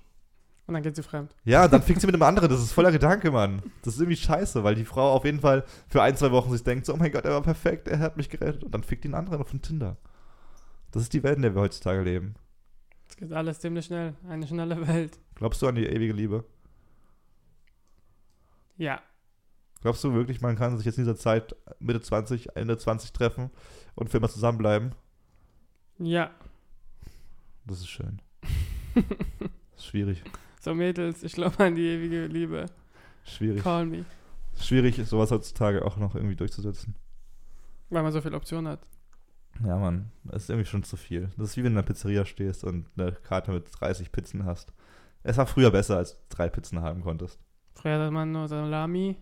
Speaker 1: Und dann geht sie fremd.
Speaker 2: Ja, dann fickt sie mit einem anderen. Das ist voller Gedanke, Mann. Das ist irgendwie scheiße, weil die Frau auf jeden Fall für ein, zwei Wochen sich denkt, so, oh mein Gott, er war perfekt, er hat mich gerettet. Und dann fickt ihn anderen auf den Tinder. Das ist die Welt, in der wir heutzutage leben.
Speaker 1: Es geht alles ziemlich schnell. Eine schnelle Welt.
Speaker 2: Glaubst du an die ewige Liebe?
Speaker 1: Ja.
Speaker 2: Glaubst du wirklich, man kann sich jetzt in dieser Zeit Mitte 20, Ende 20 treffen und für immer zusammenbleiben?
Speaker 1: Ja.
Speaker 2: Das ist schön. Das ist schwierig.
Speaker 1: So, Mädels, ich glaube an die ewige Liebe.
Speaker 2: Schwierig.
Speaker 1: Call me.
Speaker 2: Schwierig ist sowas heutzutage auch noch irgendwie durchzusetzen.
Speaker 1: Weil man so viele Optionen hat.
Speaker 2: Ja, Mann, das ist irgendwie schon zu viel. Das ist wie wenn du in einer Pizzeria stehst und eine Karte mit 30 Pizzen hast. Es war früher besser, als du drei Pizzen haben konntest.
Speaker 1: Früher hatte man nur Salami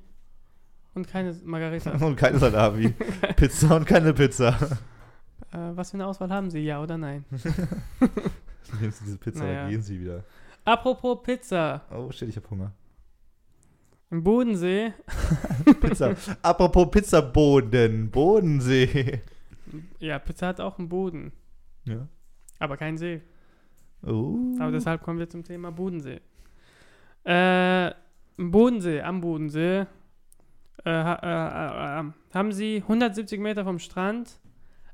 Speaker 1: und keine Margarita.
Speaker 2: Und keine Salami. Pizza und keine Pizza.
Speaker 1: äh, was für eine Auswahl haben Sie, ja oder nein?
Speaker 2: Nehmen Sie diese Pizza,
Speaker 1: Naja.
Speaker 2: dann gehen Sie wieder.
Speaker 1: Apropos Pizza.
Speaker 2: Oh, shit, ich hab Hunger.
Speaker 1: Im Bodensee,
Speaker 2: Pizza. Apropos Pizzaboden. Bodensee.
Speaker 1: ja, Pizza hat auch einen Boden,
Speaker 2: Ja.
Speaker 1: aber keinen See.
Speaker 2: Oh.
Speaker 1: Aber deshalb kommen wir zum Thema Bodensee. Äh, Im Bodensee, am Bodensee, äh, ha- äh, äh, äh, haben sie 170 Meter vom Strand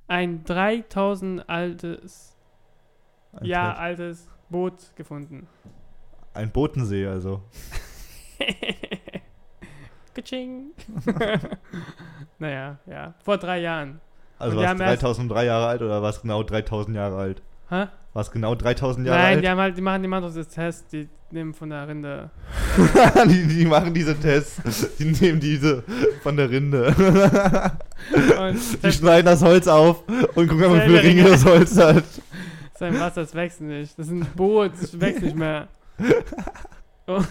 Speaker 1: ein 3000 altes,
Speaker 2: Ein
Speaker 1: Jahr
Speaker 2: Platz.
Speaker 1: altes Boot gefunden.
Speaker 2: Ein Botensee, also.
Speaker 1: Kaching. naja, ja. Vor drei Jahren.
Speaker 2: Also
Speaker 1: Und die
Speaker 2: war es
Speaker 1: haben erst-
Speaker 2: 3003 Jahre alt oder war es genau 3000 Jahre alt?
Speaker 1: Hä?
Speaker 2: War es genau 3000 Jahre
Speaker 1: Nein,
Speaker 2: alt?
Speaker 1: die haben halt, die machen, die machen doch das Test, die nehmen von der Rinde.
Speaker 2: die, die machen diese Tests. Die nehmen diese von der Rinde.
Speaker 1: Und
Speaker 2: Die
Speaker 1: das,
Speaker 2: schneiden das Holz auf und gucken, wie viele
Speaker 1: Selber
Speaker 2: Ringe
Speaker 1: Ringe.
Speaker 2: das Holz hat.
Speaker 1: sein Wasser, das wächst nicht. Das ist ein Boot, das wächst nicht mehr. Und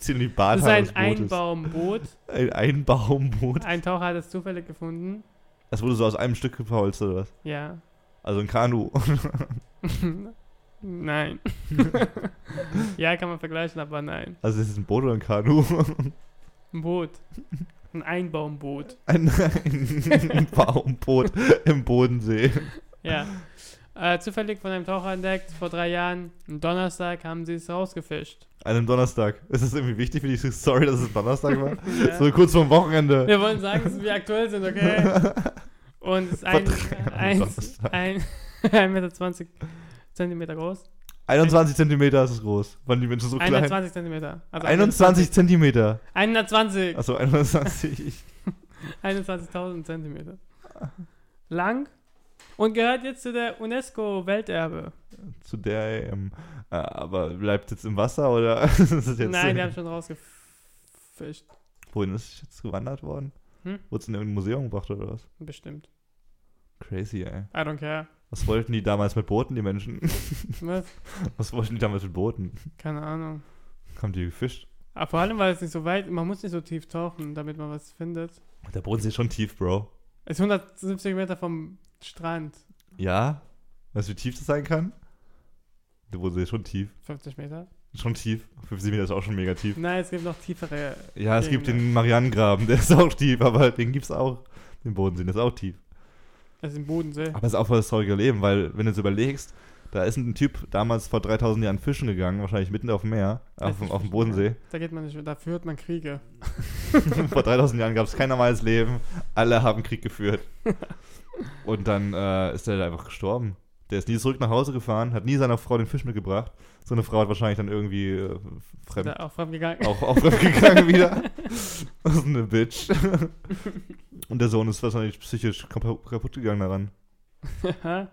Speaker 2: Ziemlich
Speaker 1: das
Speaker 2: Bart
Speaker 1: ist ein Einbaumboot.
Speaker 2: Ein Einbaumboot.
Speaker 1: Ein Taucher hat es zufällig gefunden.
Speaker 2: Das wurde so aus einem Stück geholzt oder was?
Speaker 1: Ja.
Speaker 2: Also ein Kanu.
Speaker 1: nein. ja, kann man vergleichen, aber nein.
Speaker 2: Also ist es ein Boot oder ein Kanu?
Speaker 1: Ein Boot. Ein Einbaumboot.
Speaker 2: Ein, ein Baumboot im Bodensee.
Speaker 1: Ja. Äh, zufällig von einem Taucher entdeckt, vor drei Jahren. Am Donnerstag haben sie es rausgefischt.
Speaker 2: An einem Donnerstag. Ist das irgendwie wichtig für die Story, dass es Donnerstag war?
Speaker 1: Ja.
Speaker 2: So kurz vorm Wochenende.
Speaker 1: Wir wollen sagen, dass wir aktuell sind, okay? Und es ist ein,
Speaker 2: Verdrängen am
Speaker 1: eins,
Speaker 2: Donnerstag.
Speaker 1: ein, 1,20 Meter Zentimeter groß.
Speaker 2: 21 Zentimeter ist es groß. Waren die Menschen so klein?
Speaker 1: 120 Zentimeter. Also
Speaker 2: 21 Zentimeter.
Speaker 1: 120.
Speaker 2: Achso, 21.
Speaker 1: 21.000 Zentimeter. Lang. Und gehört jetzt zu der UNESCO-Welterbe.
Speaker 2: Zu der, ähm, äh, aber bleibt jetzt im Wasser oder? ist es jetzt,
Speaker 1: Nein, die
Speaker 2: äh,
Speaker 1: haben schon rausgefischt.
Speaker 2: Wohin ist es jetzt gewandert worden?
Speaker 1: Hm?
Speaker 2: Wurde es in irgendein Museum gebracht oder was?
Speaker 1: Bestimmt.
Speaker 2: Crazy, ey.
Speaker 1: I don't care.
Speaker 2: Was wollten die damals mit Booten, die Menschen?
Speaker 1: Was?
Speaker 2: Was wollten die damals mit Booten?
Speaker 1: Keine Ahnung.
Speaker 2: Haben die gefischt?
Speaker 1: Aber vor allem, weil es nicht so weit, man muss nicht so tief tauchen, damit man was findet.
Speaker 2: Der Bodensee ist schon tief, Bro.
Speaker 1: Es ist 170 Meter vom Strand.
Speaker 2: Ja? Weißt du, wie tief das sein kann? Der Bodensee ist schon tief.
Speaker 1: 50 Meter.
Speaker 2: Schon tief. 50 Meter ist auch schon mega tief.
Speaker 1: Nein, es gibt noch tiefere.
Speaker 2: Ja, es gibt
Speaker 1: Gegner.
Speaker 2: den Marianengraben, der ist auch tief, aber den gibt's auch. Den Bodensee, der ist auch tief.
Speaker 1: Also im Bodensee.
Speaker 2: Aber es ist auch voll das traurige Leben, weil, wenn du es überlegst, da ist ein Typ damals vor 3000 Jahren fischen gegangen, wahrscheinlich mitten auf dem Meer, auf,
Speaker 1: Also
Speaker 2: dem- auf dem
Speaker 1: fischen,
Speaker 2: Bodensee.
Speaker 1: Da geht man nicht, da führt man Kriege.
Speaker 2: Vor 3000 Jahren gab es kein normales Leben. Alle haben Krieg geführt. Und dann äh, ist er da einfach gestorben. Der ist nie zurück nach Hause gefahren, hat nie seiner Frau den Fisch mitgebracht. So eine Frau hat wahrscheinlich dann irgendwie äh, fremd,
Speaker 1: Da auch fremdgegangen.
Speaker 2: auch, auch fremd gegangen wieder. Das ist eine Bitch. Und der Sohn ist wahrscheinlich psychisch kap- kaputt gegangen daran.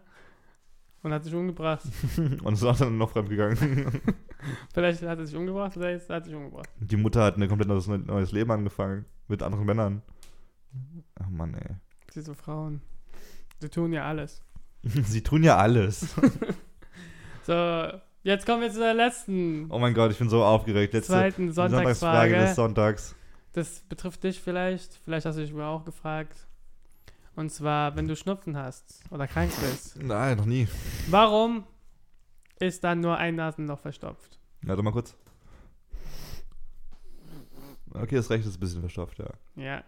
Speaker 1: Und hat sich umgebracht.
Speaker 2: Und ist auch dann noch fremd gegangen.
Speaker 1: Vielleicht hat er sich umgebracht, vielleicht hat er sich umgebracht.
Speaker 2: Die Mutter hat ein komplett neues, neues Leben angefangen. Mit anderen Männern. Ach Mann, ey.
Speaker 1: Diese Frauen. Die tun ja alles.
Speaker 2: Sie tun ja alles.
Speaker 1: So, jetzt kommen wir zu der letzten,
Speaker 2: Oh mein Gott, ich bin so aufgeregt. Letzte
Speaker 1: zweiten
Speaker 2: Sonntagsfrage ne?
Speaker 1: Sonntagsfrage.
Speaker 2: des Sonntags.
Speaker 1: Das betrifft dich vielleicht. Vielleicht hast du dich mir auch gefragt. Und zwar, wenn du Schnupfen hast oder krank bist,
Speaker 2: Nein, noch nie.
Speaker 1: warum ist dann nur ein Nasenloch verstopft?
Speaker 2: Warte mal kurz. Okay, das rechte ist ein bisschen verstopft, ja.
Speaker 1: Ja.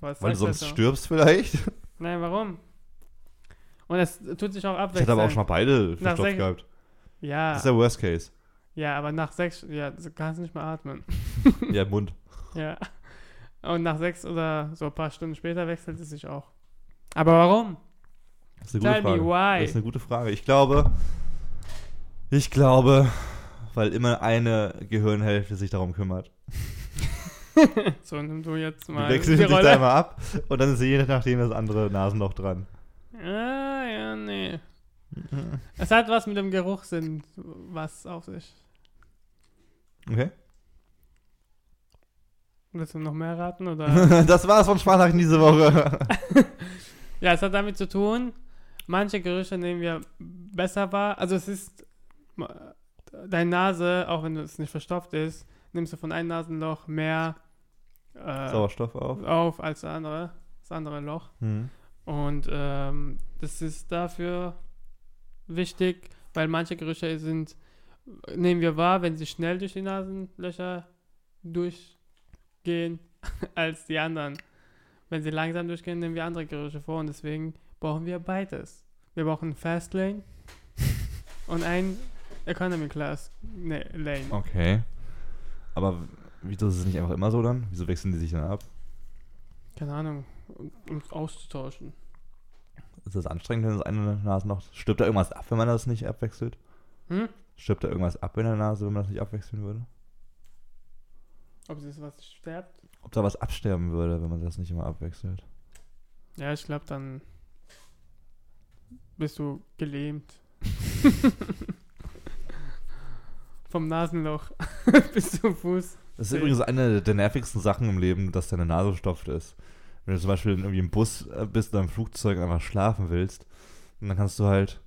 Speaker 1: Was
Speaker 2: Weil du
Speaker 1: sagt das
Speaker 2: sonst
Speaker 1: so?
Speaker 2: stirbst vielleicht.
Speaker 1: Nein, warum? Und es tut sich auch abwechseln.
Speaker 2: Ich hatte aber auch schon mal
Speaker 1: Nach Ah.
Speaker 2: beide verstopft
Speaker 1: sechs-
Speaker 2: gehabt. Das
Speaker 1: Ja,
Speaker 2: ist der Worst Case.
Speaker 1: ja, aber nach sechs, ja, du kannst nicht mehr atmen.
Speaker 2: Ja, im Mund.
Speaker 1: Ja. Und nach sechs oder so ein paar Stunden später wechselt es sich auch. Aber warum?
Speaker 2: Das ist eine
Speaker 1: Tell
Speaker 2: gute
Speaker 1: me
Speaker 2: Frage. Das ist
Speaker 1: why.
Speaker 2: eine gute Frage. Ich glaube, ich glaube, weil immer eine Gehirnhälfte sich darum kümmert.
Speaker 1: So, nimm du jetzt
Speaker 2: Die
Speaker 1: mal
Speaker 2: wechseln sich da immer ab und dann ist je nachdem das andere Nasenloch dran.
Speaker 1: Ah, ja, nee. Es hat was mit dem Geruchssinn, was auf sich.
Speaker 2: Okay?
Speaker 1: Willst du noch mehr raten? Oder?
Speaker 2: Das war's von Sprachnachrichten diese Woche.
Speaker 1: ja, es hat damit zu tun, manche Gerüche nehmen wir besser wahr. Also es ist, ma- deine Nase, auch wenn es nicht verstopft ist, nimmst du von einem Nasenloch mehr äh,
Speaker 2: Sauerstoff auf.
Speaker 1: auf als das andere, das andere Loch.
Speaker 2: Hm.
Speaker 1: Und ähm, das ist dafür wichtig, weil manche Gerüche sind, nehmen wir wahr, wenn sie schnell durch die Nasenlöcher durchgehen, als die anderen. Wenn sie langsam durchgehen, nehmen wir andere Gerüche vor und deswegen brauchen wir beides. Wir brauchen Fastlane und ein Economy Class ne, Lane.
Speaker 2: Okay. Aber w- wieso ist es nicht einfach immer so dann? Wieso wechseln die sich dann ab?
Speaker 1: Keine Ahnung, um um es auszutauschen.
Speaker 2: Ist das anstrengend, wenn das eine Nase noch. Stirbt da irgendwas ab, wenn man das nicht abwechselt?
Speaker 1: Hm?
Speaker 2: Stirbt da irgendwas ab in der Nase, wenn man das nicht abwechseln würde?
Speaker 1: Ob es ist, was sterbt?
Speaker 2: Ob da was absterben würde, wenn man das nicht immer abwechselt?
Speaker 1: Ja, ich glaube, dann bist du gelähmt. Vom Nasenloch bis zum Fuß.
Speaker 2: Das ist
Speaker 1: Nee.
Speaker 2: übrigens eine der nervigsten Sachen im Leben, dass deine Nase verstopft ist. Wenn du zum Beispiel in irgendwie im Bus äh, bist oder im Flugzeug und einfach schlafen willst, und dann kannst du halt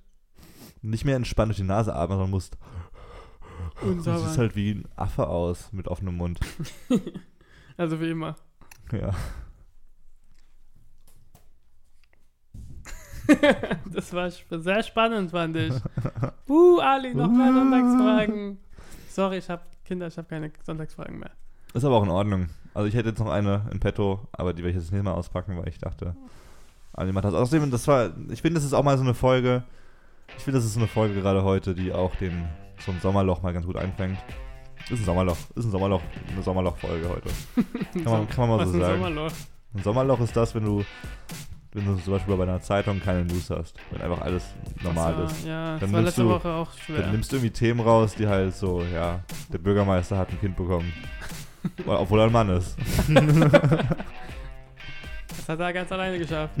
Speaker 2: nicht mehr entspannt durch die Nase atmen, sondern musst. Du
Speaker 1: Unsauber.
Speaker 2: siehst halt wie ein Affe aus mit offenem Mund.
Speaker 1: Also wie immer.
Speaker 2: Ja.
Speaker 1: das war sp- sehr spannend, fand ich. Uh, Ali, noch mehr Sonntagsfragen. Sorry, ich habe Kinder, ich habe keine Sonntagsfragen mehr.
Speaker 2: Ist aber auch in Ordnung. Also ich hätte jetzt noch eine in petto, aber die werde ich jetzt nicht mal auspacken, weil ich dachte, Ali macht das. Außerdem, das war, ich finde, das ist auch mal so eine Folge. Ich finde, das ist so eine Folge gerade heute, die auch den so ein Sommerloch mal ganz gut einfängt. Ist ein Sommerloch, ist ein Sommerloch, eine Sommerloch-Folge heute. Kann man, kann man mal
Speaker 1: Was
Speaker 2: so
Speaker 1: ein
Speaker 2: sagen.
Speaker 1: Sommerloch.
Speaker 2: Ein Sommerloch ist das, wenn du, wenn du zum Beispiel bei einer Zeitung keine News hast, wenn einfach alles normal
Speaker 1: Ach so,
Speaker 2: ist.
Speaker 1: Ja, das
Speaker 2: Dann
Speaker 1: war
Speaker 2: nimmst
Speaker 1: letzte
Speaker 2: du-
Speaker 1: Woche auch
Speaker 2: Dann
Speaker 1: schwer.
Speaker 2: nimmst du irgendwie Themen raus, die halt so, ja, der Bürgermeister hat ein Kind bekommen. Obwohl er ein Mann ist.
Speaker 1: Das hat er ganz alleine geschafft.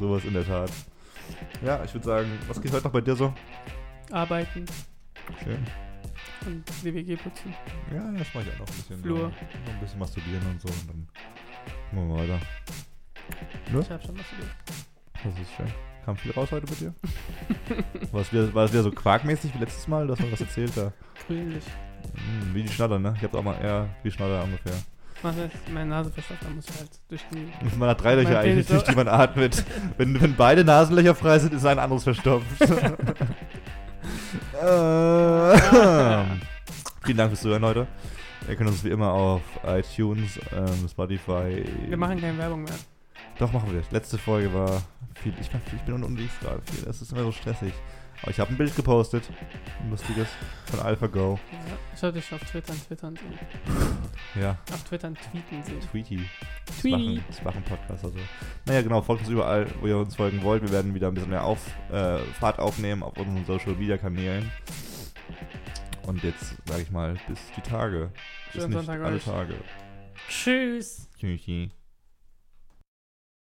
Speaker 2: Sowas in der Tat. Ja, ich würde sagen, was geht heute noch bei dir so?
Speaker 1: Arbeiten
Speaker 2: Schön.
Speaker 1: und die WG putzen.
Speaker 2: Ja, das mache ich auch noch ein bisschen.
Speaker 1: Flur.
Speaker 2: Noch ein bisschen masturbieren und so und dann machen wir weiter.
Speaker 1: Ich habe schon was zu tun.
Speaker 2: Das ist schön. Kam viel raus heute bei dir? war, es wieder, war es wieder so quarkmäßig wie letztes Mal? Du hast mir was erzählt da.
Speaker 1: Grünlich.
Speaker 2: Hm, wie die Schnatter, ne? Ich hab's auch mal eher wie Schnatter ungefähr.
Speaker 1: Mach jetzt meine Nase verstopft, dann muss ich halt durch die.
Speaker 2: Man hat drei Löcher
Speaker 1: Mein
Speaker 2: eigentlich,
Speaker 1: Penis
Speaker 2: durch
Speaker 1: auch.
Speaker 2: die man atmet. Wenn, wenn beide Nasenlöcher frei sind, ist ein anderes verstopft. Äh, Ähm, Vielen Dank fürs Zuhören, Leute. Ihr könnt uns wie immer auf iTunes, ähm, Spotify.
Speaker 1: Wir machen keine Werbung mehr.
Speaker 2: Doch, machen wir. Letzte Folge war viel. Ich, mach viel- ich bin un- unterwegs gerade viel. Das ist immer so stressig. Aber ich habe ein Bild gepostet. Ein lustiges. Von AlphaGo.
Speaker 1: Ja. Ich sollte dich auf Twitter und twittern sehen.
Speaker 2: Ja,
Speaker 1: Auf Twitter und tweeten sehen.
Speaker 2: Tweety.
Speaker 1: Tweety.
Speaker 2: Das machen Podcast. Also. Naja, genau, folgt uns überall, wo ihr uns folgen wollt. Wir werden wieder ein bisschen mehr auf, äh, Fahrt aufnehmen auf unseren Social Media Kanälen. Und jetzt, sage ich mal, bis die Tage. Bis
Speaker 1: Schönen
Speaker 2: nicht
Speaker 1: Sonntag
Speaker 2: alle
Speaker 1: euch.
Speaker 2: Tage.
Speaker 1: Tschüss.
Speaker 2: Tschüssi.